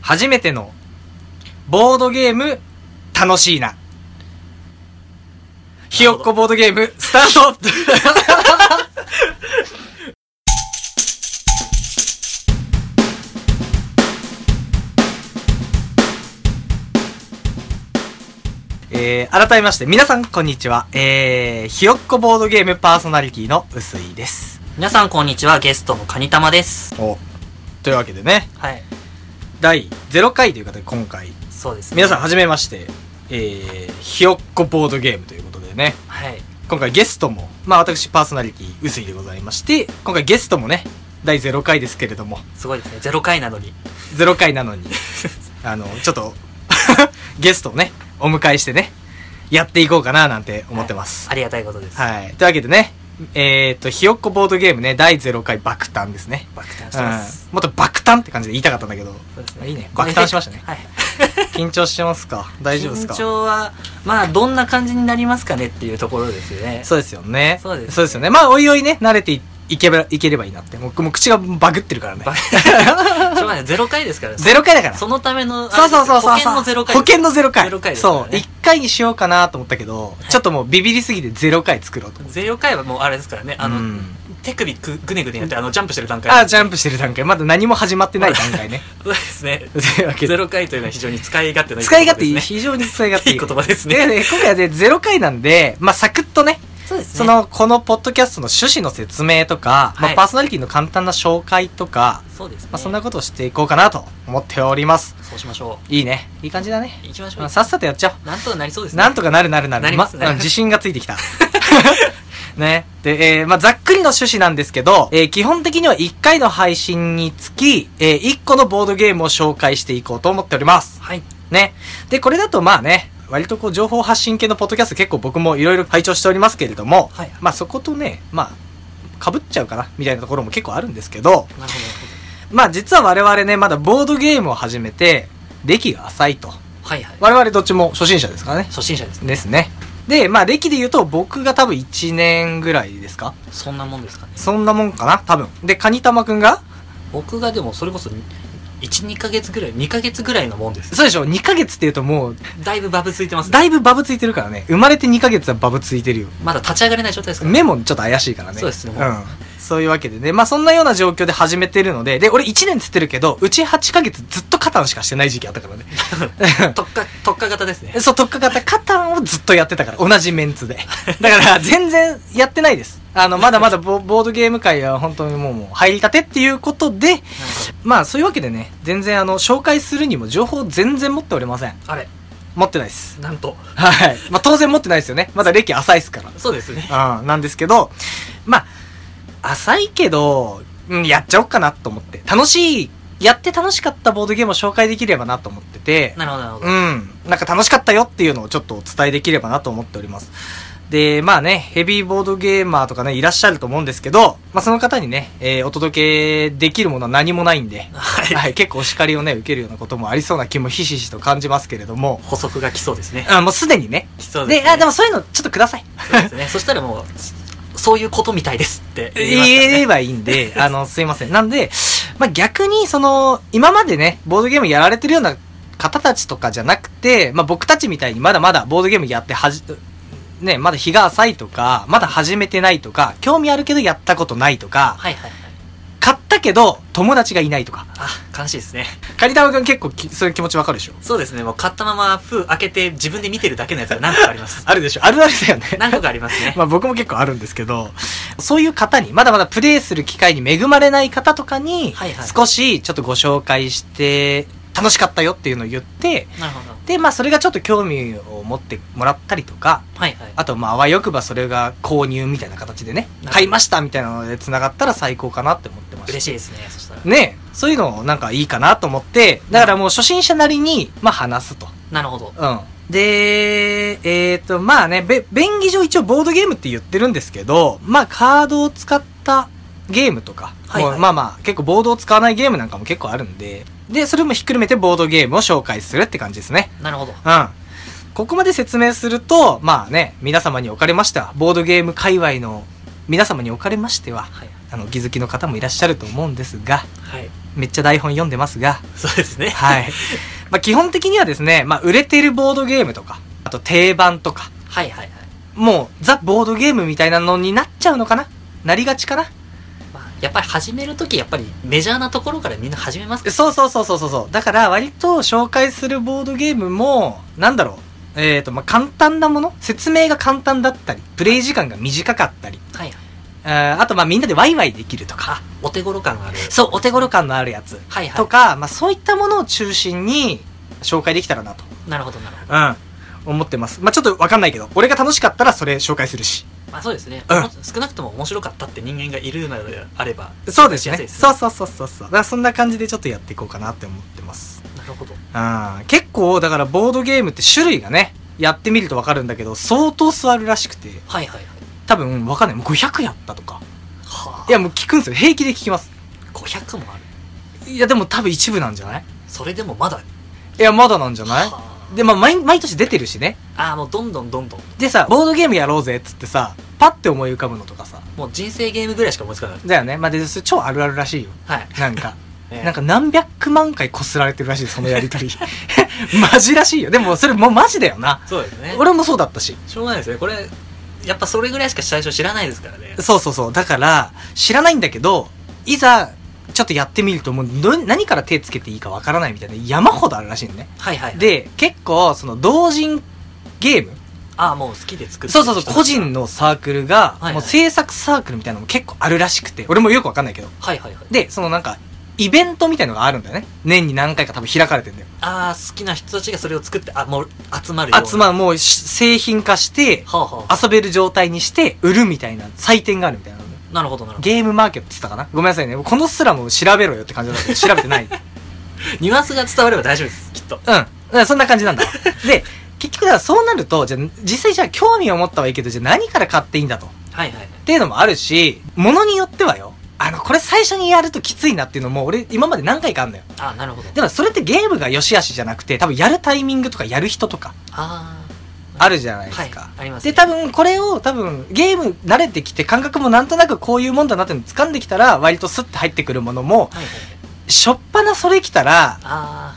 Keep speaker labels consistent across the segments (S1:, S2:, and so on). S1: 初めてのボードゲーム楽しいな。ひよっこボードゲームスタート えー、改めまして皆さんこんにちは。えー、ひよっこボードゲームパーソナリティの薄井です。
S2: 皆さんこんにちはゲストのカニタマです
S1: おというわけでね、
S2: はい
S1: 第0回という形で今回
S2: そうですね
S1: 皆さんはじめまして、えー、ひよっこボードゲームということでね
S2: はい
S1: 今回ゲストもまあ私パーソナリティ薄井でございまして今回ゲストもね第0回ですけれども
S2: すごいですねゼロ回なのに
S1: 0回なのに あのちょっと ゲストをねお迎えしてねやっていこうかななんて思ってます
S2: ありがたいことです、い、
S1: はい、というわけでねえっ、とひよっこボードゲームね第0回爆誕ですね
S2: 爆誕して
S1: うん
S2: ます、
S1: もっと爆誕って感じで言いたかったんだけど
S2: そうです
S1: いいね爆誕しましたね
S2: はい
S1: 緊張してますか大丈夫ですか
S2: 緊張はまあどんな感じになりますかねっていうところですよね
S1: そうですよね。
S2: そうですね
S1: よね。まあ、おいおいね、慣れていいけばいければいいなって。もう、もう口がバグってるからね。
S2: バしょうがないゼロ回ですから
S1: ゼロ回だから。
S2: そのための
S1: そうそうそうそう。
S2: 保険のゼロ回
S1: 保険のゼロ回。
S2: ゼロ回ですから
S1: そ
S2: ね
S1: う。一回にしようかなと思ったけど、
S2: い
S1: ちょっともうビビりすぎてゼロ回作ろうと思って。
S2: ゼロ回はもうあれですからねあの、
S1: うん
S2: 手首くぐねぐねやってあのジャンプしてる段階
S1: あー、ジャンプしてる段階。まだ何も始まってない段階ね。
S2: そうですね
S1: というわけ
S2: ゼ
S1: で。
S2: ロ回というのは非常に使い勝手 な
S1: 使い勝手いい、
S2: ですね
S1: 非常に使い勝手いい。
S2: いい言葉です
S1: で
S2: ね
S1: ね今回はね、ゼロ回なんで、まあ、サクッとね、
S2: そうですね
S1: その、このポッドキャストの趣旨の説明とか、ま
S2: は
S1: あ、
S2: い
S1: パーソナリティの簡単な紹介とか、
S2: そうですね、
S1: まあ、そんなことをしていこうかなと思っております。
S2: そうしましょ
S1: いいね。いい感じだね。
S2: う行きましょう、
S1: まあさっさとやっちゃ
S2: なんとかなりそう
S1: お
S2: で
S1: う。
S2: すね
S1: なんとかなるなるな
S2: な
S1: る。
S2: りますね
S1: うん自信がついて きた。 ね。で、えーまあざっくりの趣旨なんですけど、えー基本的には1回の配信につき、え1個のボードゲームを紹介していこうと思っております。
S2: はい
S1: ね。で、これだとまあね、割とこう情報発信系のポッドキャスト結構僕もいろいろ拝聴しておりますけれども、
S2: はい
S1: まあそことね、まあ、被っちゃうかな、みたいなところも結構あるんですけど、
S2: なるほ
S1: まあ実は我々ね、まだボードゲームを始めて、歴が浅いと。
S2: どはいはい
S1: 我々どっちも初心者ですからね。
S2: 初心者ですね
S1: ですね。で、まあ歴で言うと僕が多分1年ぐらいですか
S2: そんなもんですかね
S1: そんなもんかな多分。で、カニタマくんが
S2: 僕がでもそれこそ12ヶ月ぐらい2ヶ月ぐらいのもんです
S1: そうでしょ ?2 ヶ月って言うともう、
S2: だいぶバブついてますね
S1: だいぶバブついてるからね。生まれて2ヶ月はバブついてるよ。
S2: まだ立ち上がれない状態ですから
S1: 目もちょっと怪しいからね。
S2: そうですね
S1: うん。そういうわけでね。まあそんなような状況で始めてるので、で、俺1年つってるけど、うち8ヶ月ずっとカタンしかしてない時期あった からね。
S2: 特化特化型ですね
S1: そう、特化型、カタンをずっとやってたから、同じメンツで。だから、全然やってないです。あの、まだまだボボードゲーム界は本当にもうもう入りたてっていうことで、まあ、そういうわけでね、全然あの、紹介するにも情報全然持っておりません。
S2: あれ
S1: 持ってないです。
S2: なんと
S1: はい。まあ、当然持ってないですよね。まだ歴浅いですから。
S2: そうですね
S1: うん、なんですけど、まあ、浅いけど、うん、やっちゃおっかなと思って。楽しい、やって楽しかったボードゲームを紹介できればなと思ってて、
S2: なるほどなるほど、
S1: うん。なんか楽しかったよっていうのをちょっとお伝えできればなと思っております。で、まあね、ヘビーボードゲーマーとかね、いらっしゃると思うんですけど、まあその方にね、えーお届けできるものは何もないんで、
S2: はい、
S1: はい、結構お叱りをね、受けるようなこともありそうな気もひしひしと感じますけれども、
S2: 補足が来そうですね
S1: あもうすでにね。
S2: 来そうです
S1: で、
S2: ね
S1: あ、でもそういうのちょっとください。
S2: そうですねそしたらもうそういうことみたいですって言いますから
S1: 言え
S2: ね
S1: ればいいんで、あの、すいません。なんで、まあ、逆に、その、今までね、ボードゲームやられてるような方たちとかじゃなくて、まあ、僕たちみたいにまだまだボードゲームやってはじ、ね、まだ日が浅いとか、まだ始めてないとか、興味あるけどやったことないとか、
S2: はいはいはい
S1: 買ったけど友達がいないとか。
S2: あ悲しいですね
S1: カニタマくん結構きそういう気持ちわかるでしょ
S2: そうですねもう買ったまま封開けて自分で見てるだけのやつが何個かあり ます
S1: あるでしょあるあるだよね。
S2: 何個かありますね
S1: まあ僕も結構あるんですけど、そういう方に、まだまだプレイする機会に恵まれない方とかに
S2: はいはい、
S1: 少しちょっとご紹介して、楽しかったよっていうのを言って、
S2: なるほど
S1: で、まあそれがちょっと興味を持ってもらったりとか、
S2: はいはい
S1: あとまああわよくばそれが購入みたいな形でね
S2: なるほ、ど
S1: 買いましたみたいなので繋がったら最高かなって思ってま
S2: 嬉
S1: し
S2: しいですねそしたら
S1: た。ねえそういうのなんかいいかなと思って、だからもう初心者なりに、まあ話すと。
S2: なるほど
S1: うん。で、えっ、と、まあね、べ、便宜上一応ボードゲームって言ってるんですけど、まあカードを使ったゲームとか、
S2: はいはい
S1: もうまあまあ結構ボードを使わないゲームなんかも結構あるんで、で、それもひっくるめてボードゲームを紹介するって感じですね。
S2: なるほど
S1: うん。ここまで説明すると、まあね、皆様におかれましては、ボードゲーム界隈の皆様におかれましては、
S2: はい
S1: あの、お気づきの方もいらっしゃると思うんですが、
S2: はい
S1: めっちゃ台本読んでますが、
S2: そうですね。。
S1: はいい。まあ、基本的にはですね、まあ、売れてるボードゲームとか、あと定番とか、
S2: はいはいはい。
S1: もうザ・ボードゲームみたいなのになっちゃうのかななりがちかな
S2: まあ、やっぱり始めるとき、やっぱりメジャーなところからみんな始めますから
S1: そうそうそうそうそうそう。だから割と紹介するボードゲームも、なんだろう。えっ、と、まあ、簡単なもの説明が簡単だったり、プレイ時間が短かったり、
S2: はいはい。
S1: あーあとまあみんなでワイワイできるとか、
S2: あ、お手頃感がある。
S1: そう、お手頃感のあるやつ
S2: はいは
S1: とか、まあそういったものを中心に紹介できたらなと、
S2: い。なるほどなるほ
S1: うん、思ってます。まあちょっとわかんないけど、俺が楽しかったらそれ紹介するし。
S2: ど。まあそうですね。
S1: うん
S2: も少なくとも面白かったって人間がいるのであれば。
S1: そうですね。
S2: やすいです
S1: そ
S2: ね
S1: うそうそうそうそう。だからそんな感じでちょっとやっていこうかなって思ってます。
S2: なるほど。
S1: うん、結構だからボードゲームって種類がね、やってみるとわかるんだけど、相当座るらしくて、
S2: はいはいはい。
S1: 多分わかんない。もう500やったとか。
S2: はい
S1: やもう聞くんですよ。平気で聞きます。
S2: 500もある。
S1: いやでも多分一部なんじゃない
S2: それでもまだ。
S1: いやまだなんじゃない
S2: は
S1: で、まあ毎、毎年出てるしね。
S2: ああー、もうどんどんどんどん。
S1: でさ、ボードゲームやろうぜっつってさ、パッて思い浮かぶのとかさ。
S2: もう人生ゲームぐらいしか思いつかない。
S1: だよね。まあ、で、それ超あるあるらしいよ。
S2: はい。
S1: なんか。
S2: ね
S1: なんか何百万回こすられてるらしい、そのやりと り。マジらしいよ。でもそれもうマジだよな。
S2: そうですね。
S1: 俺もそうだったし。
S2: しょうがないですね。これ、やっぱそれぐらいしか最初知らないですからね。
S1: そうそうそう。だから、知らないんだけど、いざ、ちょっとやってみると、もうど、何から手つけていいかわからないみたいな山ほどあるらしいのね。
S2: はいはい。、
S1: で、結構、その、同人ゲーム
S2: ああ、もう好きで作って
S1: そ
S2: る
S1: うそうそう、個人
S2: の。
S1: のサークルが
S2: い、はい
S1: もう制作サークルみたいなのも結構あるらしくて、俺もよくわかんないけど。
S2: はいはいはい。
S1: で、そのなんか、イベントみたいのがあるんだよね。年に何回か多分開かれてんだよ。
S2: ああ、好きな人たちがそれを作って、あ、もう集まるような。
S1: 集まる、もうし製品化して、
S2: はあはあ。
S1: 遊べる状態にして、売るみたいな、祭典があるみたいなのね。
S2: なるほどなるほど。
S1: ゲームマーケットって言ってたかなごめんなさいね。このすらも調べろよって感じなんだけど、調べて ない。
S2: ニュアンスが伝われば大丈夫です。きっと。
S1: うん。だからそんな感じなんだ。で、結局だからそうなると、じゃあ実際じゃあ興味を持ったはいいけど、じゃあ何から買っていいんだと。
S2: はいはいはい。
S1: っていうのもあるし、ものによってはよ、あの、これ最初にやるときついなっていうのも、俺今まで何回かあんのよ。
S2: ああ、なるほど。
S1: だからそれってゲームが良し悪しじゃなくて、多分やるタイミングとかやる人とか、
S2: あ
S1: あるじゃな
S2: あ。
S1: いで
S2: は
S1: す
S2: い
S1: か。。
S2: あります、
S1: で、多分これを多分ゲーム慣れてきて感覚もなんとなくこういうもんだなっていうの掴んできたら、割とスッて入ってくるものも、
S2: はいはいはい。
S1: しょっぱなそれきたら、
S2: ああ。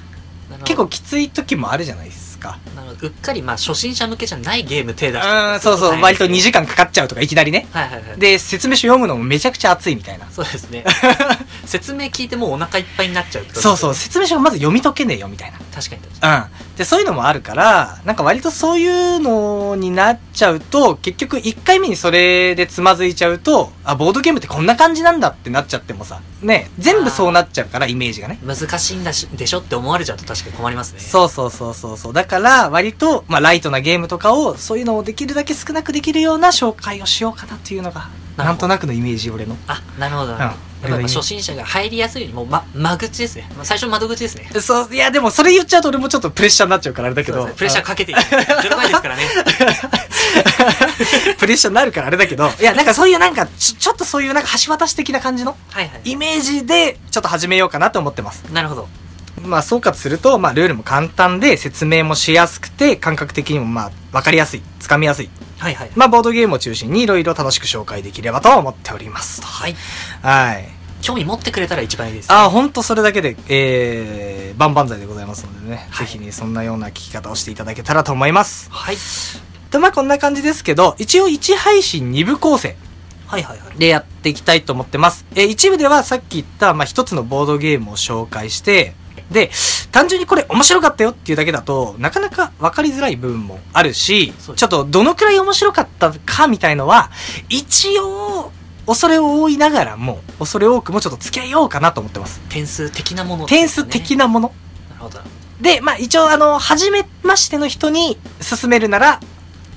S2: なるほど
S1: 結構、きつい時もあるじゃないですか。
S2: なるほど。うっかり、まあ、初心者向けじゃないゲーム手出
S1: う
S2: して
S1: ーん、そうそう、割と2時間かかっちゃうとかいきなりね。
S2: はいはいはい。
S1: で、説明書読むのもめちゃくちゃ熱いみたいな。
S2: そうです ね。説明聞いてもうお腹いっぱいになっちゃうってことですね
S1: そうそう、説明書をまず読み解けねえよみたいな。
S2: 確かに確か
S1: うん。で、そういうのもあるから、なんか割とそういうのになっちゃうと、結局1回目にそれでつまずいちゃうと、あ、ボードゲームってこんな感じなんだってなっちゃってもさ、ね、全部そうなっちゃうから、イメージがね。
S2: に。難しいんだし、でしょって思われちゃうと確かに困りますね。
S1: そうそうそうそうそう。だから、割と、まあ、ライトなゲームとかを、そういうのをできるだけ少なくできるような紹介をしようかなっていうのが、
S2: なるほど
S1: なんとなくのイメージ、俺の。
S2: あ、なるほどなるほ
S1: うん
S2: ど。やっぱり初心者が入りやすいように、もう、ま、間口ですね。まあ最初の窓口ですね。
S1: そう、いや、でもそれ言っちゃうと俺もちょっとプレッシャーになっちゃうからあれだけ
S2: そう
S1: ど。
S2: ですねプレッシャーかけてい い。ゼロ倍ですからね。
S1: プレッシャーになるからあれだけど、いや、なんかそういうなんか、ちょ、ちょっとそういうなんか橋渡し的な感じの
S2: はいはい。
S1: イメージで、ちょっと始めようかなと思ってます。
S2: なるほど。
S1: まあ、総括すると、まあ、ルールも簡単で、説明もしやすくて、感覚的にもまあ、わかりやすい、つかみやすい。
S2: はいはい。
S1: まあ、ボードゲームを中心にいろいろ楽しく紹介できればと思っております。
S2: はい。
S1: はい。
S2: 興味持ってくれたら一番いいです。
S1: ああ、ほんとそれだけで、えー、万々歳でございますのでね、
S2: はい
S1: ぜひね、そんなような聞き方をしていただけたらと思います。
S2: はい。
S1: と、まあ、こんな感じですけど、一応1配信2部構成。
S2: はいはいはい。
S1: でやっていきたいと思ってます。えー一部ではさっき言った、まあ、一つのボードゲームを紹介して、で、単純にこれ面白かったよっていうだけだと、なかなか分かりづらい部分もあるし
S2: そう、です
S1: ちょっとどのくらい面白かったかみたいのは、一応、恐れを追いながらも、恐れ多くもちょっと付き合いようかなと思ってます。
S2: 点数的なもの、
S1: 点数的
S2: な。
S1: なもの。
S2: なるほど。
S1: で、まあ、一応、あの、初めましての人に勧めるなら、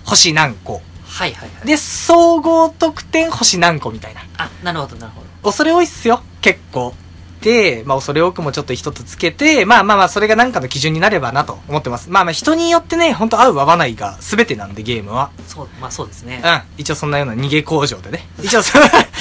S1: 星何個。
S2: はいはいはい。
S1: で、総合得点星何個みたいな。
S2: あ、なるほどなるほど。
S1: 恐れ多いっすよ結構で、まあ、恐れ多くもちょっと一つつけてまあまあまあそれが何かの基準になればなと思ってますまあまあ人によってね本当合う合わないが全てなんでゲームは
S2: そう、まあそうですね
S1: う。ん一応そんなような逃げ工場でね一応そ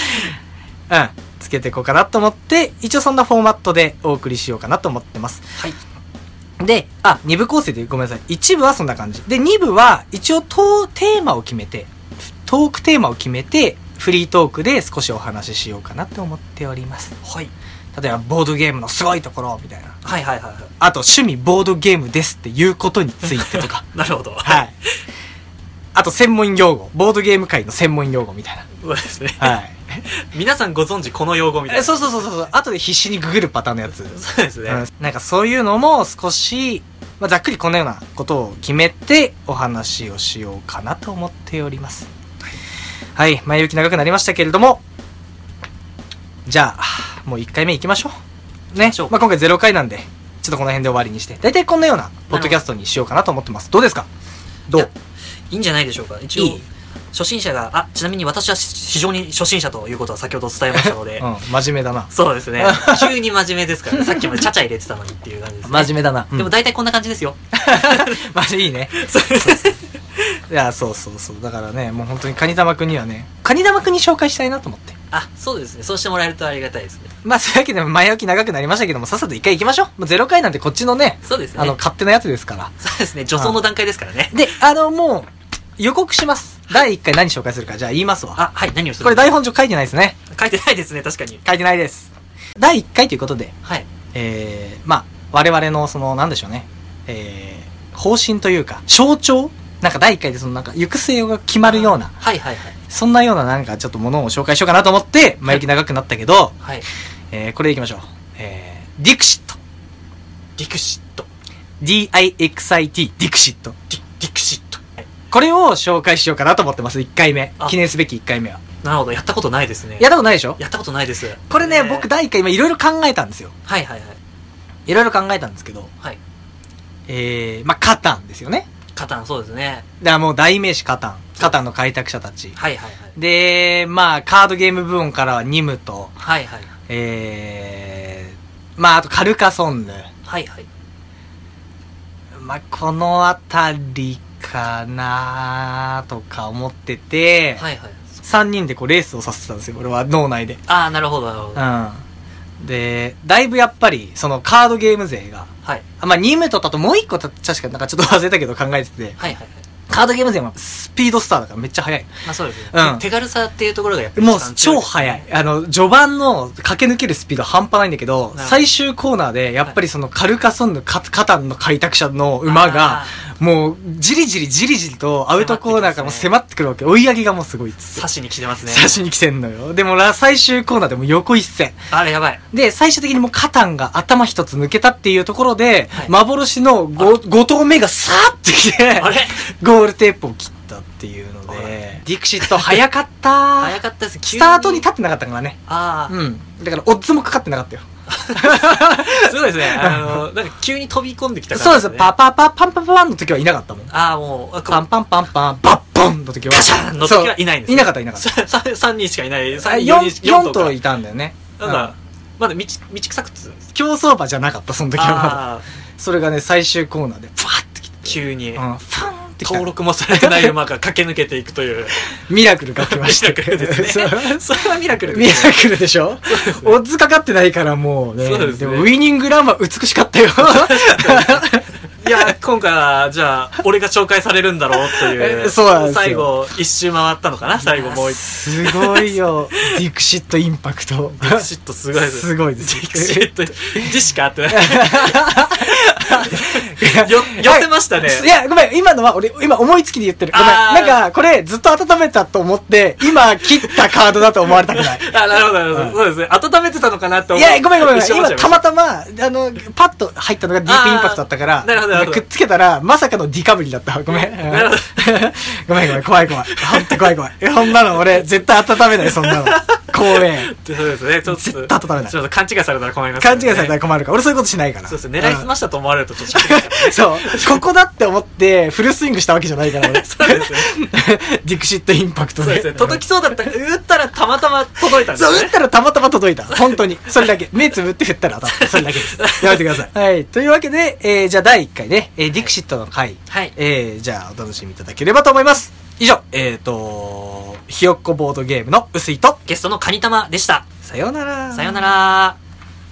S1: うんつけていこうかなと思って一応そんなフォーマットでお送りしようかなと思ってます
S2: はい。
S1: であ2部構成でごめんなさい1部はそんな感じで2部は一応トーテーマを決めてトークテーマを決めてフリートークで少しお話ししようかなと思っております
S2: はい。
S1: 例えばボードゲームのすごいところみたいな
S2: はいはいはいは
S1: あと趣味ボードゲームですっていうことについてと か
S2: いなるほど
S1: はいいあと専門用語ボードゲーム界の専門用語みたい
S2: そうですね、
S1: なはい
S2: 皆さんご存知この用語みたい
S1: え
S2: な
S1: そうそうそうそうそうあとで必死にググるパターンのやつ
S2: そうですね、
S1: うんなんかそういうのも少し、まあ、ざっくりこのようなことを決めてお話をしようかなと思っております。はい、前行き長くなりましたけれども、じゃあ、もう1回目行きましょう。ね
S2: ましょ、う
S1: まあ、今回0回なんで、ちょっとこの辺で終わりにして、大体こんなようなポッドキャストにしようかなと思ってます。どうですかど
S2: いうやいいんじゃないでしょうか一応
S1: いい
S2: 初心者があちなみに私は非常に初心者ということは先ほど伝えましたので、
S1: うん、真面目だな。
S2: そうです ね急に真面目ですから、ね、さっきまでちゃちゃ入れてたのにっていう感じですね
S1: 真面目だな。
S2: でも大体こんな感じですよ。
S1: まあいいね。いや、そうそうそう。だからね、もう本当にカニ玉くんにはね、カニ玉くんに紹介したいなと思って。
S2: あ、そうですね。そうしてもらえるとありがたいですね。
S1: まあ、そういうわけで前置き長くなりましたけども、さっさと一回行きましょう。もうゼロ回なんてこっちのね、
S2: そうですね。
S1: あの、勝手なやつですから。
S2: そうですね。女装の段階ですからね。
S1: で、あの、もう、予告します。第1回何紹介するか、じゃあ言いますわ。
S2: あ、はい、何をする
S1: これ台本上書いてないですね。
S2: 書いてないですね、確かに。
S1: 書いてないです。第1回ということで、
S2: はい。
S1: えー、まあ、我々の、その、なんでしょうね、えー、方針というか、象徴なんか第1回でその、なんか、行く末が決まるような、
S2: はいはいはい。
S1: そんなようななんかちょっとものを紹介しようかなと思って、前置き長くなったけど、
S2: はい。
S1: えー、これ行きましょう。えー、ディクシット。
S2: ディクシット。
S1: DIXIT、ディクシット。
S2: ディディクシット。はい
S1: これを紹介しようかなと思ってます、1回目。
S2: あ
S1: 記念すべき1回目は。
S2: なるほど。やったことないですね。
S1: やったことないでしょ
S2: やったことないです。
S1: これね、
S2: えー
S1: 僕第1回今いろいろ考えたんですよ。
S2: はいはいはい。
S1: いろいろ考えたんですけど、
S2: はい。
S1: えー、まあ、カタンですよね。
S2: カタン、そうですね。
S1: だからもう代名詞カタン。カタンの開拓者たち。
S2: はいはいはい。
S1: で、まあ、カードゲーム部門からはニムと、
S2: はいはいはい。
S1: えー、まあ、あとカルカソンヌ。
S2: はいはい。
S1: まあ、このあたりかなとか思ってて、
S2: はいはい。
S1: 3人でこうレースをさせてたんですよ、俺は脳内で。
S2: あー、なるほどなるほど。
S1: うん。で、だいぶやっぱり、そのカードゲーム勢が、
S2: はい。
S1: あまあ、ニムとだともう一個た、確かなんかちょっと忘れたけど考えてて、
S2: はいはいはい。
S1: カードゲーム勢はスピードスターだからめっちゃ速い。
S2: まあそうですね。
S1: うん
S2: 手軽さっていうところがやっぱり
S1: もう
S2: 一番強
S1: 超
S2: いですね
S1: 速い。。あの、序盤の駆け抜けるスピード半端ないんだけど
S2: ほ、ど
S1: 最終コーナーで、やっぱりそのカルカソンヌ、カカタンの開拓者の馬が
S2: あ、
S1: もう、じりじりじりじりとアウトコーナーからもう迫ってくるわけ。追い上げがもうすごいっつって
S2: 刺しに来てますね。
S1: 刺しに来てんのよ。でもら、最終コーナーでもう横一線。
S2: あれやばい。
S1: で、最終的にもうカタンが頭一つ抜けたっていうところで、
S2: はい
S1: 幻の 5, 投目がさーってきて、
S2: あれ
S1: ゴールテープを切ったっていうの
S2: あ
S1: で
S2: れ、
S1: ディクシット早かったー
S2: 早かったです。急
S1: スタートに立ってなかったからね。
S2: あ
S1: うん。だから、オッズもかかってなかったよ。
S2: あ、すごいですね。あの、なんか急に飛び込んできた
S1: そう
S2: 感
S1: で
S2: じ
S1: す。
S2: ね。
S1: パパパパンパンパンの時はいなかったもん。
S2: ああ、もう、あこ
S1: パンパンパンパン、バッボンの時は。
S2: カシャンの時はいないんです
S1: そう
S2: ね
S1: いなかった、いなかった。
S2: 3人しかいない。三人四人四
S1: 4,
S2: 頭
S1: 頭
S2: か
S1: いたんだよね。
S2: なん
S1: う
S2: か
S1: ん、
S2: まだ道、道草くつです。
S1: 競走馬じゃなかった、その時はまだ。
S2: ああ、
S1: それがね、最終コーナーで、バーって来て。
S2: 急に
S1: う。ん、ファンって来
S2: 登
S1: た。
S2: 録もされてない馬が駆け抜けていくという、
S1: ミラクルが来
S2: ミ
S1: ました。
S2: ラクルですね
S1: そ。
S2: それはミラク
S1: う
S2: ル
S1: ミ
S2: で
S1: ラ
S2: すね。
S1: クルでしょオッズかかってないからもうね。
S2: そうですね
S1: もウィニングランは美しかったよ。
S2: いや、今回は、じゃあ、俺が紹介されるんだろうという。
S1: そうなんですよ
S2: 最後、一周回ったのかな最後もう一周。
S1: すごいよ。ディクシットインパクト。
S2: ディクシットすごいです。
S1: すごいです
S2: ディクシット、字しか合ってない。よ、寄せましたね。
S1: いや、ごめん、今のは俺、今思いつきで言ってる。ごめん。
S2: あ
S1: な
S2: ー
S1: んか、これずっと温めたと思って、今切ったカードだと思われたくない。
S2: あ、なるほど、なるほど。そうですね。温めてたのかなって思。
S1: いうや、ごめんごめん。
S2: 一緒に
S1: 今
S2: 思っちゃ
S1: た
S2: いま
S1: ま
S2: した
S1: ま、あの、パッと入ったのがディープインパクトだったから、
S2: あーなるほどなるほど
S1: くっつけたら、まさかのディカブリだったわ。ごめん。
S2: なるほど
S1: ごめんごめん、怖い怖い。ほんと怖い怖い。えそんなの俺、絶対温めない、そんなの。光栄。
S2: た。そうですね。ちょっと。
S1: 絶対温めない
S2: ちょっと勘違いされたら困ります、
S1: 勘違いされたら
S2: ら。
S1: 困るから。俺そういうことしないから。
S2: そうですね。狙いすましたと思われるとちょっとショックですか
S1: うんそう。ここだって思って、フルスイングしたわけじゃないから、俺。
S2: ら。 そうですね。
S1: ディクシットインパクト
S2: そうですね。届きそうだったから、打ったらたまたま届いたんで
S1: そう、
S2: す
S1: 打っ
S2: ね。
S1: たらたまたま届いた。本当に。それだけ。目つぶって振ったら当たった。それだけです。やめてください。 はい。というわけで、えー、じゃあ第1回ね、えー、ディクシットの回、
S2: はい。
S1: えー、じゃあお楽しみいただければと思います。以上、えーと、ひよっこボードゲームの薄いと、
S2: ゲストのカニ玉でした。
S1: さようなら。
S2: さようなら。